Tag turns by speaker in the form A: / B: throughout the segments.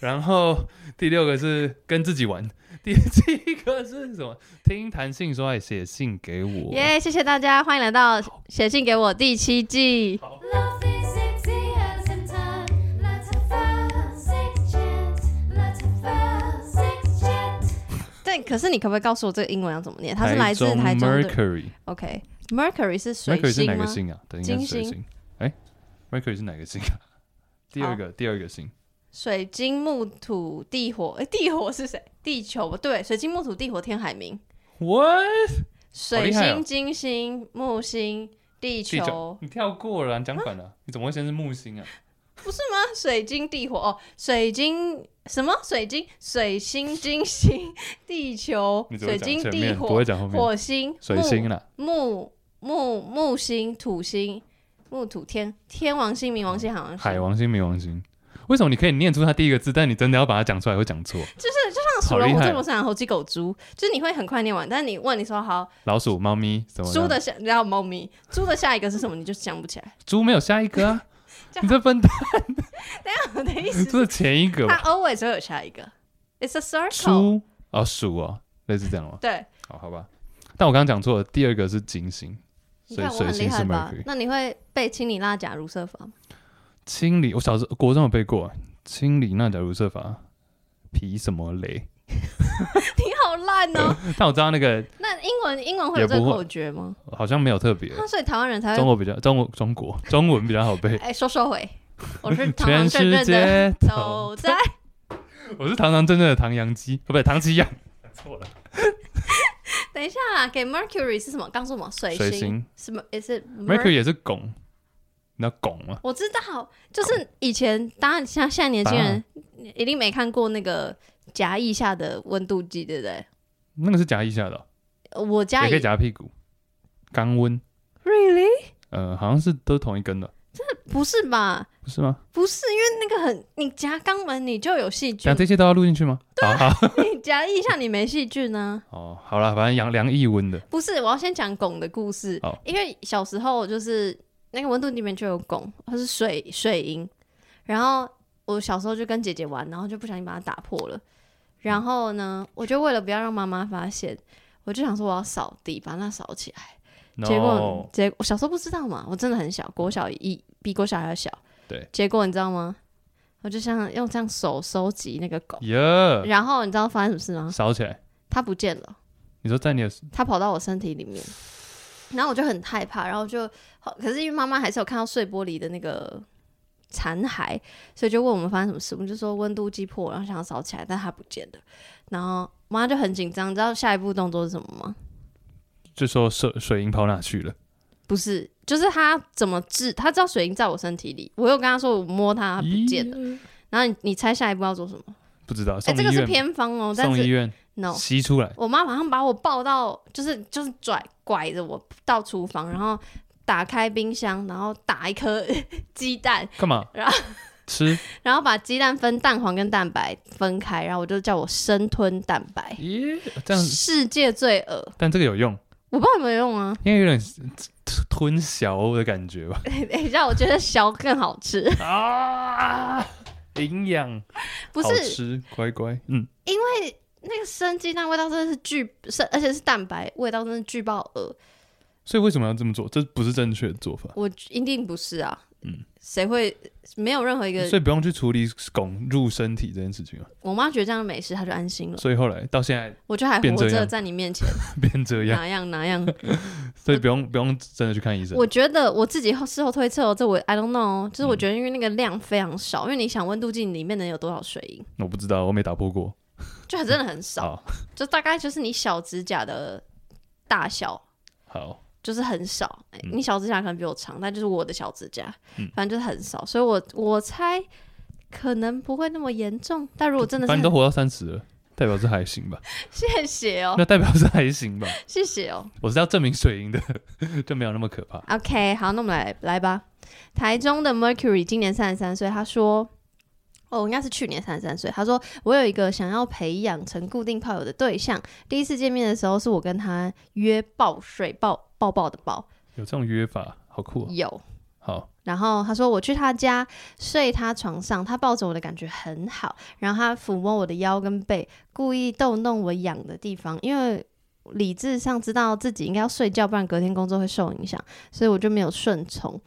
A: 然后第六个是跟自己玩，第七个是什么？听弹性说爱写信给我。
B: 耶、谢谢大家，欢迎来到写信给我第七季。
C: Love is sexy as in time. Let's have a six chance. Let's have a six chance.
B: 对，可是你可不可以告诉我这个英文要怎么念？它是来自台中的。
A: Mercury。
B: OK，Mercury、是水
A: Mercury 是
B: 星
A: 哪个
B: 吗？
A: 星啊？对，应该是
B: 金
A: 水
B: 星
A: 星。哎、m e r c u r y 是哪个星啊？ 第二个，第二个星。
B: 水晶木土地火， 哎、地火是谁？地球不对，水晶木土地火天海明，
A: What？
B: 水
A: 好厉害
B: 星、
A: 哦
B: 金星、木星、地
A: 地
B: 球，
A: 你跳过了、啊，你讲反了、你怎么会先是木星啊？
B: 不是吗？水晶地火哦，水晶什么？水晶、水星、金星、地球
A: 你、只
B: 水
A: 会讲
B: 晶、
A: 前
B: 地
A: 面，不
B: 火
A: 会、讲后面。
B: 火星、
A: 水星啊啦，
B: 木木木木星、土星、木土天天王星、冥王星、海王星，
A: 哦海王星、冥王星。为什么你可以念出它第一个字，但你真的要把它讲出来会讲错？
B: 就是就像属
A: 好
B: 龙、
A: 厉
B: 虎、
A: 害啊
B: 兔、龙、山、猴、鸡、狗、猪，就是你会很快念完，但是你问你说好，
A: 老鼠、猫咪什么？
B: 猪的下，然后猫咪，猪的下一个是什么，你就想不起 来。
A: 猪没有下一个啊
B: 这？样
A: 你这笨蛋，
B: 我的意思，
A: 这是前一个
B: 它
A: 吧？
B: always 会有下一个。It's a circle。
A: 猪哦，鼠哦，类似这样吗？
B: 对，
A: 好，好吧。但我刚刚讲错了，第二个是金星，
B: 你
A: 所以
B: 看我
A: 水
B: 很厉
A: 星是
B: 害吧
A: Mercury？。
B: 那你会背氢尼拉假如设法吗？
A: 清理，我小时候国中有背过清理那假如设法，皮什么雷？
B: 你好烂哦！
A: 但我知道那个
B: 那英文英文会有这
A: 也
B: 个
A: 不会
B: 口诀吗？
A: 好像没有 特别，
B: 那所以台湾人才
A: 中
B: 会
A: 国比较中国中国中文比较好背
B: 。哎，说收回，我 是堂堂
A: 全
B: 正正
A: 世
B: 的
A: 界
B: 走在，
A: 我是堂堂正正的唐扬鸡，哦，不对，唐鸡样，讲错了，
B: 等一下啦，给 Mercury 是什么？刚说什么？水
A: 水
B: 星
A: 星
B: 什么？Is it
A: Mercury
B: Mercury？
A: 也是拱，那拱嘛，
B: 我知道，就是以前，当然像现在年轻人一定没看过那个夹腋下的温度计，对不对？
A: 那个是夹腋下的哦、
B: 我家
A: 也可
B: 也
A: 以夹屁股，肛温，
B: really
A: 呃，好像是都同一根的，
B: 不是吧？
A: 不是吗？
B: 不是，因为那个很，你夹肛门你就有细菌
A: 讲，这些都要录进去吗？
B: 啊
A: 好好
B: 你夹腋下你没细菌啊呢、
A: 哦，好了，反正量量腋温的，
B: 不是，我要先讲汞的故事
A: 好，
B: 因为小时候就是那个温度里面就有汞，它是水水银，然后我小时候就跟姐姐玩，然后就不小心把它打破了，然后呢，我就为了不要让妈妈发现，我就想说我要扫地把那扫起来。
A: 哦
B: 结果
A: No，
B: 结果我小时候不知道嘛，我真的很小，国小一比国小还要小。
A: 对，
B: 结果你知道吗？我就像用这样手收集那个狗，
A: 耶，
B: 然后你知道发生什么事吗？
A: 烧起来，
B: 它不见了，
A: 你说在你的
B: 它跑到我身体里面，然后我就很害怕，然后就好可是因为妈妈还是有看到碎玻璃的那个残骸，所以就问我们发生什么事，我们就说温度计破，然后想要扫起来，但它不见了，然后妈就很紧张，你知道下一步动作是什么吗？
A: 就说水水银跑哪去了？
B: 不是，就是他怎么治？他知道水银在我身体里，我又跟他说我摸它它啊不见了。
A: 了，
B: 然后你你猜下一步要做什么？
A: 不知道。
B: 哎、
A: 送
B: 这
A: 医
B: 个是
A: 院，
B: 偏方哦，但
A: 送
B: 是
A: 医
B: 哦
A: 院
B: no，
A: 吸出来，
B: 我妈马上把我抱到，就是就是拽拐着我到厨房，然后打开冰箱，然后打一颗鸡蛋，
A: 干嘛
B: 然后？
A: 吃？
B: 然后把鸡蛋分蛋黄跟蛋白分开，然后我就叫我生吞蛋白，
A: 咦，这样，
B: 世界最恶，
A: 但这个有用，
B: 我不知道有没有用啊。
A: 因为有点吞吞小的感 觉吧？
B: 等一下，我觉得小更好吃，
A: 啊，营养，
B: 不
A: 好
B: 是
A: 吃，乖乖，嗯，
B: 那个生鸡蛋味道真的是巨生，而且是蛋白味道，真的巨爆恶。
A: 所以为什么要这么做？这不是正确的做法，
B: 我一定不是啊，
A: 嗯
B: 谁会没有任何一个
A: 所以不用去处理拱入身体这件事情啊。
B: 我妈觉得这样美食，她就安心了。
A: 所以后来到现在
B: 我就还
A: 变
B: 活
A: 这
B: 着
A: 样
B: 在你面 前，
A: 变这样，
B: 哪样哪 样。
A: 所以不用不用真的去看医生
B: 我。觉得我自己后事后推测哦，这我 I don't know，哦就是
A: 嗯
B: 我觉得因为那个量非常少，因为你想温度计里面能有多少水银，
A: 我不知道，我没打破过。
B: 就真的很少，
A: 好，
B: 就大概就是你小指甲的大小，
A: 好。
B: 就是很少。哎
A: 嗯
B: 你小指甲可能比我长，但就是我的小指甲，
A: 嗯
B: 反正就是很少，所以我我猜可能不会那么严重。但如果真的
A: 反正都
B: 是
A: 活到三十了，代表是还行吧？
B: 谢谢哦，
A: 那代表是还行吧？
B: 谢谢哦。
A: 我是要证明水银的 就没有那么可怕。
B: OK，好，那我们来来吧。台中的 Mercury 今年三十三岁，他说。哦，应该是去年三十三岁。他说：“我有一个想要培养成固定炮友的对象。第一次见面的时候，是我跟他约抱睡抱抱抱的抱
A: 有这种约法，好酷、哦。
B: 有。
A: 好，
B: 然后他说我去他家睡他床上，他抱着我的感觉很好，然后他抚摸我的腰跟背，故意逗弄我痒的地方，因为理智上知道自己应该要睡觉，不然隔天工作会受影响，所以我就没有顺从。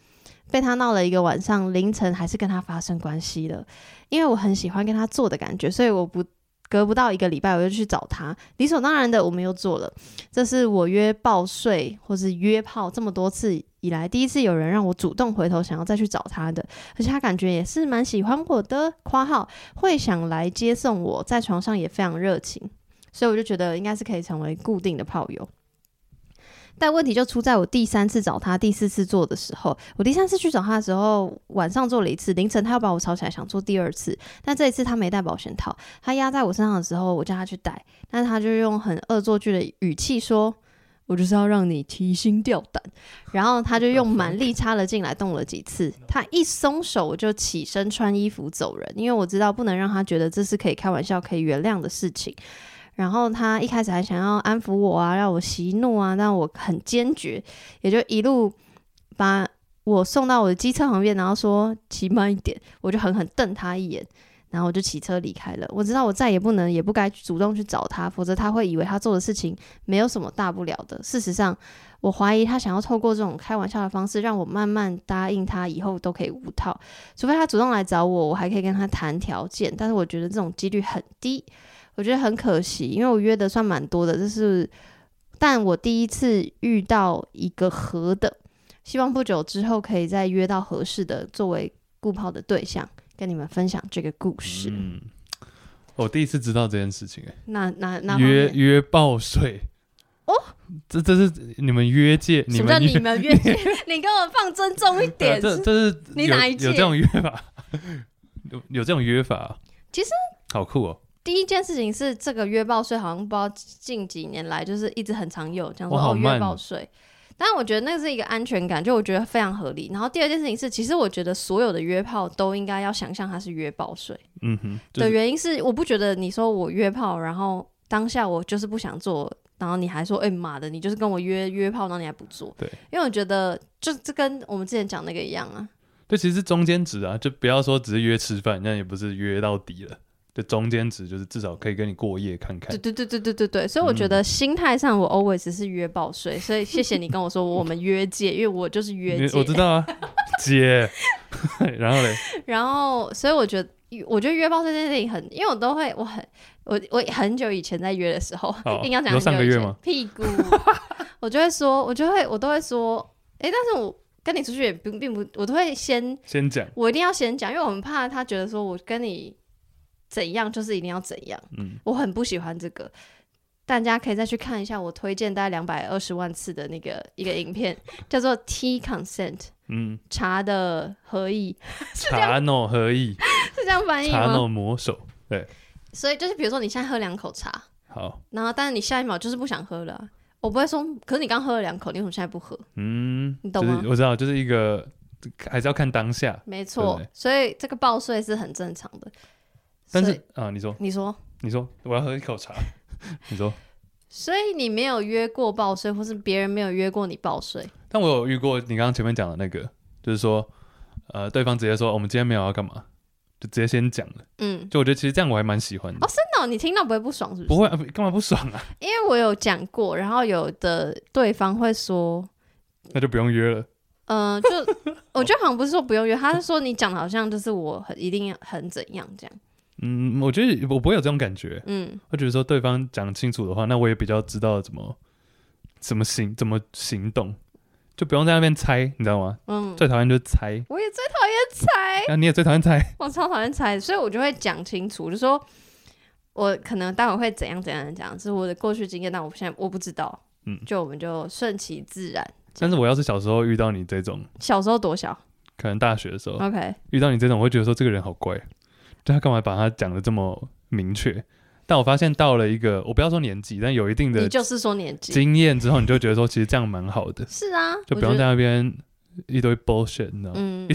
B: 被他闹了一个晚上，凌晨还是跟他发生关系了，因为我很喜欢跟他做的感觉，所以我不隔不到一个礼拜我就去找他，理所当然的我们又做了。这是我约报睡或是约炮这么多次以来，第一次有人让我主动回头想要再去找他的，而且他感觉也是蛮喜欢我的（括号会想来接送我，在床上也非常热情），所以我就觉得应该是可以成为固定的炮友。但问题就出在我第三次找他，第四次做的时候，我第三次去找他的时候，晚上做了一次，凌晨他要把我吵起来，想做第二次，但这一次他没带保险套，他压在我身上的时候，我叫他去带，但是他就用很恶作剧的语气说：“我就是要让你提心吊胆。”然后他就用蛮力插了进来，动了几次。他一松手，我就起身穿衣服走人，因为我知道不能让他觉得这是可以开玩笑、可以原谅的事情。然后他一开始还想要安抚我啊，让我息怒啊，但我很坚决，也就一路把我送到我的机车旁边，然后说骑慢一点，我就狠狠瞪他一眼，然后我就骑车离开了。我知道我再也不能也不该主动去找他，否则他会以为他做的事情没有什么大不了的。事实上，我怀疑他想要透过这种开玩笑的方式，让我慢慢答应他以后都可以无套，除非他主动来找我，我还可以跟他谈条件。但是我觉得这种几率很低，我觉得很可惜，因为我约的算蛮多的，这是但我第一次遇到一个合的。希望不久之后可以再约到合适的作为顾炮的对象，跟你们分享这个故事。
A: 嗯，我第一次知道这件事情、欸，
B: 那那那方
A: 约
B: 面
A: 约报税。
B: 哦，
A: 这这是你们约界，你
B: 什么叫
A: 们约
B: 你们约 界？你给我放尊重一
A: 对啊
B: 点。
A: 这这是
B: 你
A: 有
B: 哪一
A: 有
B: 届
A: 这种约法？ 有有这种约法啊、
B: 其实
A: 好酷哦！
B: 第一件事情是这个约报税，好像不知道近几年来就是一直很常有这样说
A: 哇好
B: 哦
A: 慢
B: 约报税，但我觉得那是一个安全感，就我觉得非常合理。然后第二件事情是，其实我觉得所有的约炮都应该要想象它是约报税
A: 嗯哼，就
B: 的
A: 是
B: 原因是，我不觉得你说我约炮，然后当下我就是不想做。然后你还说，哎、妈的，你就是跟我约约炮，然后你还不做。
A: 对，
B: 因为我觉得就这跟我们之前讲那个一样啊，
A: 就其实中间值啊，就不要说只是约吃饭，那也不是约到底了。就中间值就是至少可以跟你过夜看看
B: 对。对对对对对对，所以我
A: 嗯
B: 觉得心态上我 always 是约报税，所以谢谢你跟我说我们约界，因为我就是约
A: 你我
B: 界
A: 知。道啊， 姐。 然后嘞，
B: 然后，所以我觉得，我觉得约报税这件事情很，因为我都会，我很，我我很久以前在约的时候，
A: 哦
B: 硬要讲很久
A: 有上个
B: 以
A: 月
B: 前
A: 吗？
B: 屁股，我就会说，我就会，我都会说，诶，但是我跟你出去也并并不，我都会先，
A: 先讲，
B: 我一定要先讲，因为我很怕他觉得说我跟你怎样，就是一定要怎样。
A: 嗯，
B: 我很不喜欢这个。大家可以再去看一下我推荐大概两百二十万次的那个一个影片，叫做 T Consent
A: 嗯，
B: 茶的合意，
A: 茶诺合意，
B: 是这样翻译
A: 茶
B: 吗？
A: 诺魔手，
B: 所以就是比如说你现在喝两口茶，
A: 好，
B: 然后但是你下一秒就是不想喝了啊，我不会说，可是你刚喝了两口，你为什么现在不喝？
A: 嗯，
B: 你懂啊吗
A: 就是我知道，就是一个还是要看当下，
B: 没错
A: 对，
B: 所以这个报税是很正常的。
A: 但
B: 所以
A: 是啊，你说，
B: 你说，
A: 你说，我要喝一口茶， 你说，
B: 所以你没有约过报税，或是别人没有约过你报税，
A: 但我有遇过你刚刚前面讲的那个，就是说，呃，对方直接说我们今天没有要干嘛，就直接先讲了。
B: 嗯，
A: 就我觉得其实这样我还蛮喜欢的，
B: 哦，真的哦、你听到不会不爽是不是？
A: 不会、啊、不干嘛不爽啊？
B: 因为我有讲过，然后有的对方会说，
A: 那就不用约了。
B: 嗯、就 我觉得好像不是说不用约，他是说你讲的好像就是我很一定要很怎样这样，
A: 嗯，我觉得我不会有这种感觉。
B: 嗯，
A: 我觉得说对方讲清楚的话，那我也比较知道怎么怎么行怎么行动，就不用在那边猜，你知道吗？
B: 嗯
A: 最讨厌就是猜，啊
B: 我也最讨厌猜，
A: 那、你也最讨厌猜。
B: 我超讨厌猜，所以我就会讲清楚，就说我可能待会会怎样怎样怎样，这是我的过去经验，但我现在我不知道，
A: 嗯
B: 就我们就顺其自然。
A: 但是我要是小时候遇到你这种，
B: 小时候多小
A: 可能大学的时
B: 嗯
A: 候、
B: ，OK，
A: 遇到你这种，我会觉得说这个人好怪，就他干嘛把他讲的这么明确？但我发现到了一个，我不要说年纪，但有一定
B: 你
A: 的
B: 就是说年纪
A: 经验之后，你就觉得说，其实这样蛮好的，
B: 是啊，
A: 就
B: 我
A: 不用
B: 觉
A: 在
B: 得
A: 那边一堆 bullshit，你知道吗？
B: 嗯，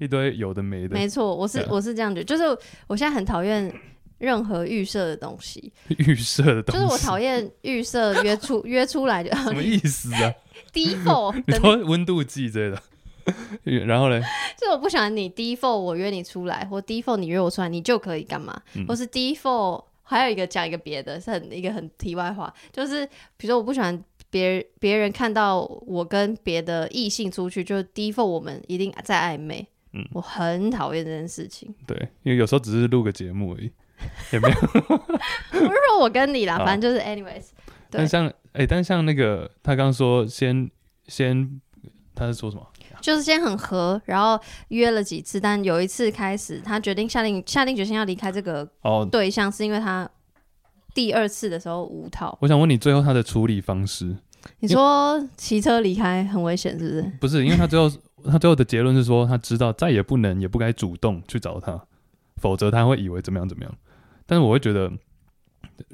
A: 一堆有的没的，
B: 没错，我是
A: 对啊
B: 我是这样觉得，就是我现在很讨厌任何预设的东西，
A: 预设的东
B: 就
A: 西。
B: 是我讨厌预设约出约出来就
A: 什么意思啊？
B: default
A: 你
B: 的
A: 说温度计之类的， 然后嘞，
B: 就我不想你 default 我约你出来，或 default 你约我出来，你就可以干嘛？
A: 嗯
B: 或是 default 还有一个讲一个别的，是很一个很题外话，就是比如说我不喜欢别人别人看到我跟别的异性出去，就是 default 我们一定在暧昧。
A: 嗯
B: 我很讨厌这件事情。
A: 对，因为有时候只是录个节目 而已，也没有。
B: 不是说我跟你啦，
A: 好
B: 反正就是 anyways，对
A: 但像哎、但像那个他刚说先先，他是说什么？
B: 就是先很合，然后约了几次，但有一次开始，他决定下定下定决心要离开这个
A: 哦，
B: 对象，是因为他第二次的时候无套。
A: 我想问你，最后他的处理方式
B: 你说骑车离开很危险，是不是？
A: 不是？因为他最后 他最后的结论是说，他知道再也不能也不该主动去找他，否则他会以为怎么样怎么样。但是我会觉得，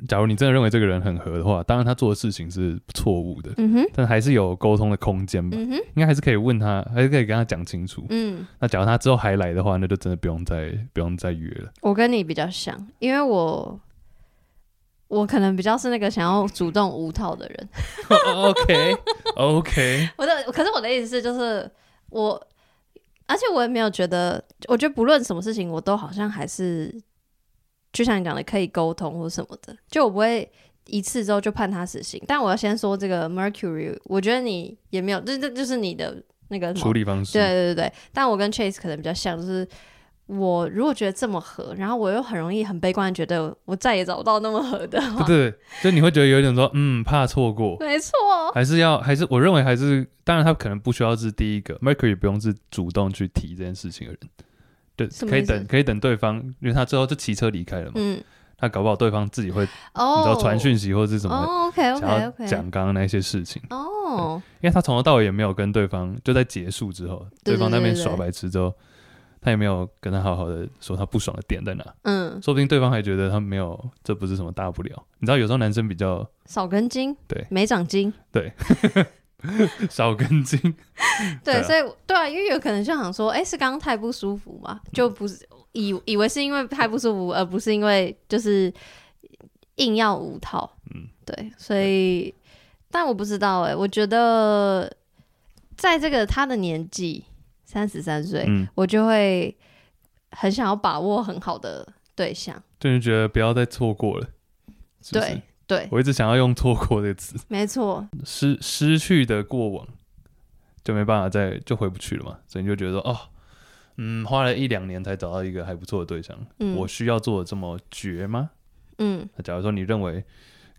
A: 假如你真的认为这个人很合的话，当然他做的事情是错误的，
B: 嗯哼，
A: 但还是有沟通的空间吧。
B: 嗯哼，
A: 应该还是可以问他，还是可以跟他讲清楚。
B: 嗯，
A: 那假如他之后还来的话，那就真的不用再不用再约 了。
B: 我跟你比较像，因为我我可能比较是那个想要主动无套的人。
A: OK OK，
B: 我的，可是我的意思是，就是我，而且我也没有觉得，我觉得不论什么事情，我都好像还是，就像你讲的，可以沟通或什么的，就我不会一次之后就判他死刑。但我要先说这个 Mercury，我觉得你也没有，这这就是你的那个什么
A: 处理方式。
B: 对对对对，但我跟 Chase 可能比较像，就是我如果觉得这么合，然后我又很容易很悲观，觉得我再也找不到那么合的话，
A: 对对，就你会觉得有一点说，嗯，怕错过，
B: 没错，
A: 还是要还是我认为还是，当然他可能不需要是第一个，Mercury 不用是主动去提这件事情的人，对，
B: 什么
A: 可以
B: 意思
A: 等可以等对方，因为他最后就骑车离开了嘛，
B: 嗯，
A: 他搞不好对方自己会，你知
B: 哦，
A: 道传讯息或是什么，
B: 哦，OK
A: 想
B: OK
A: 要
B: OK，
A: 讲刚刚那些事情，
B: 哦，
A: 因为他从头到尾也没有跟对方，就在结束之后，
B: 对对
A: 对方那边
B: 对对
A: 耍白痴之后，他也没有跟他好好的说他不爽的点在哪，
B: 嗯，
A: 说不定对方还觉得他没有，这不是什么大不了。你知道，有时候男生比较
B: 少根筋，
A: 对
B: 没长筋，
A: 少根筋，
B: 对，
A: 对啊
B: 所以对啊，因为有可能就想说，哎、是刚刚太不舒服嘛，
A: 嗯
B: 就不是以以为是因为太不舒服，而不是因为就是硬要无套，嗯
A: 嗯，
B: 对，所以但我不知道哎、我觉得在这个他的年纪三十三岁，
A: 嗯，
B: 我就会很想要把握很好的对象，
A: 就是觉得不要再错过了。是不是
B: 对对，
A: 我一直想要用“错过”这个词，
B: 没错，
A: 失失去的过往就没办法再就回不去了嘛，所以你就觉得说，哦，嗯，花了一两年才找到一个还不错的对象，
B: 嗯
A: 我需要做的这么绝吗？
B: 嗯
A: 那假如说你认为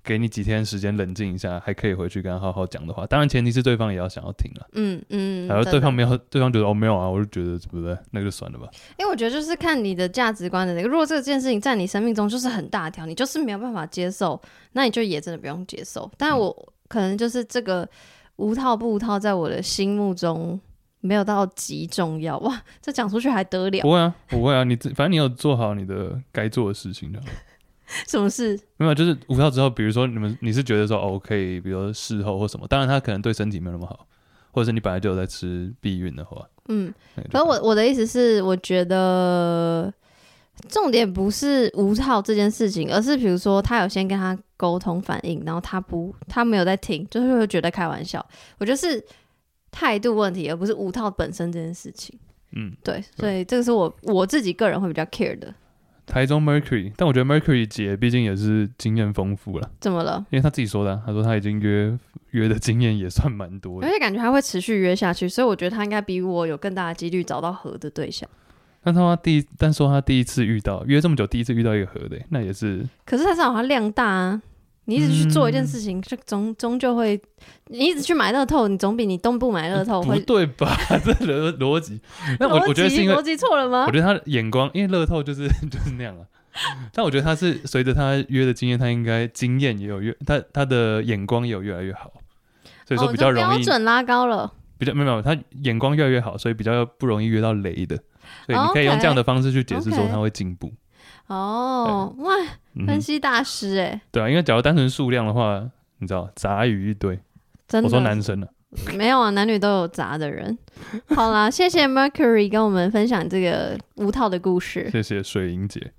A: 给你几天时间冷静一下，还可以回去跟他好好讲的话，当然前提是对方也要想要听啊了。
B: 嗯嗯，
A: 然后
B: 真
A: 对
B: 的
A: 方没有，对方觉得哦没有啊，我就觉得对不对？那就算了吧。
B: 因为我觉得就是看你的价值观的那个，如果这件事情在你生命中就是很大条，你就是没有办法接受，那你就也真的不用接受。但我可能就是这个无套不无套，在我的心目中没有到极重要哇，这讲出去还得了？
A: 不会啊，不会啊，你自反正你有做好你的该做的事情就好。
B: 什么事？
A: 没有，就是无套之后，比如说你们你是觉得说哦，我可以，比如说事后或什么，当然他可能对身体没有那么好，或者是你本来就有在吃避孕的话，
B: 嗯，
A: 那就
B: 可是我我的意思是，我觉得重点不是无套这件事情，而是比如说他有先跟他沟通反应，然后他不他没有在听，就是会觉得开玩笑。我觉得是态度问题，而不是无套本身这件事情。
A: 嗯，
B: 对，所以这个是我我自己个人会比较 care 的。
A: 台中 Mercury，但我觉得 Mercury 姐毕竟也是经验丰富了，
B: 怎么了？
A: 因为她自己说的啊、她说她已经约约的经验也算蛮多
B: 而
A: 的，
B: 且感觉他会持续约下去，所以我觉得他应该比我有更大的几率找到合的对象。
A: 但她妈第一，但说她第一次遇到约这么久，第一次遇到一个合的欸、那也是
B: 可是他至少他量大啊，你一直去做一件事情，就终
A: 嗯
B: 终究会，你一直去买乐透，你总比你都不买乐透
A: 不
B: 会。
A: 对吧？这逻逻辑，那我
B: 逻
A: 我觉得
B: 辑
A: 是因为
B: 逻辑错了吗
A: 我？觉得他的眼光，因为乐透就是 就是那样啊。但我觉得他是随着他约的经验，他应该经验也有越他他的眼光也有越来越好，所以说
B: 哦
A: 比较
B: 就
A: 容
B: 标
A: 易、
B: 准拉高了。
A: 比较没有没有他眼光越来越好，所以比较不容易约到雷的。所以你可以用
B: 哦 OK，
A: 这样的方式去解释说
B: OK
A: 他会进步。
B: 哦，哇，
A: 嗯
B: 分
A: 哼，
B: 析大师哎，
A: 对啊，因为假如单纯数量的话，你知道杂鱼一堆。
B: 真的。
A: 我说男生啊，
B: 没有啊，男女都有杂的人。好啦，谢谢 Mercury 跟我们分享这个无套的故事。
A: 谢谢水银姐。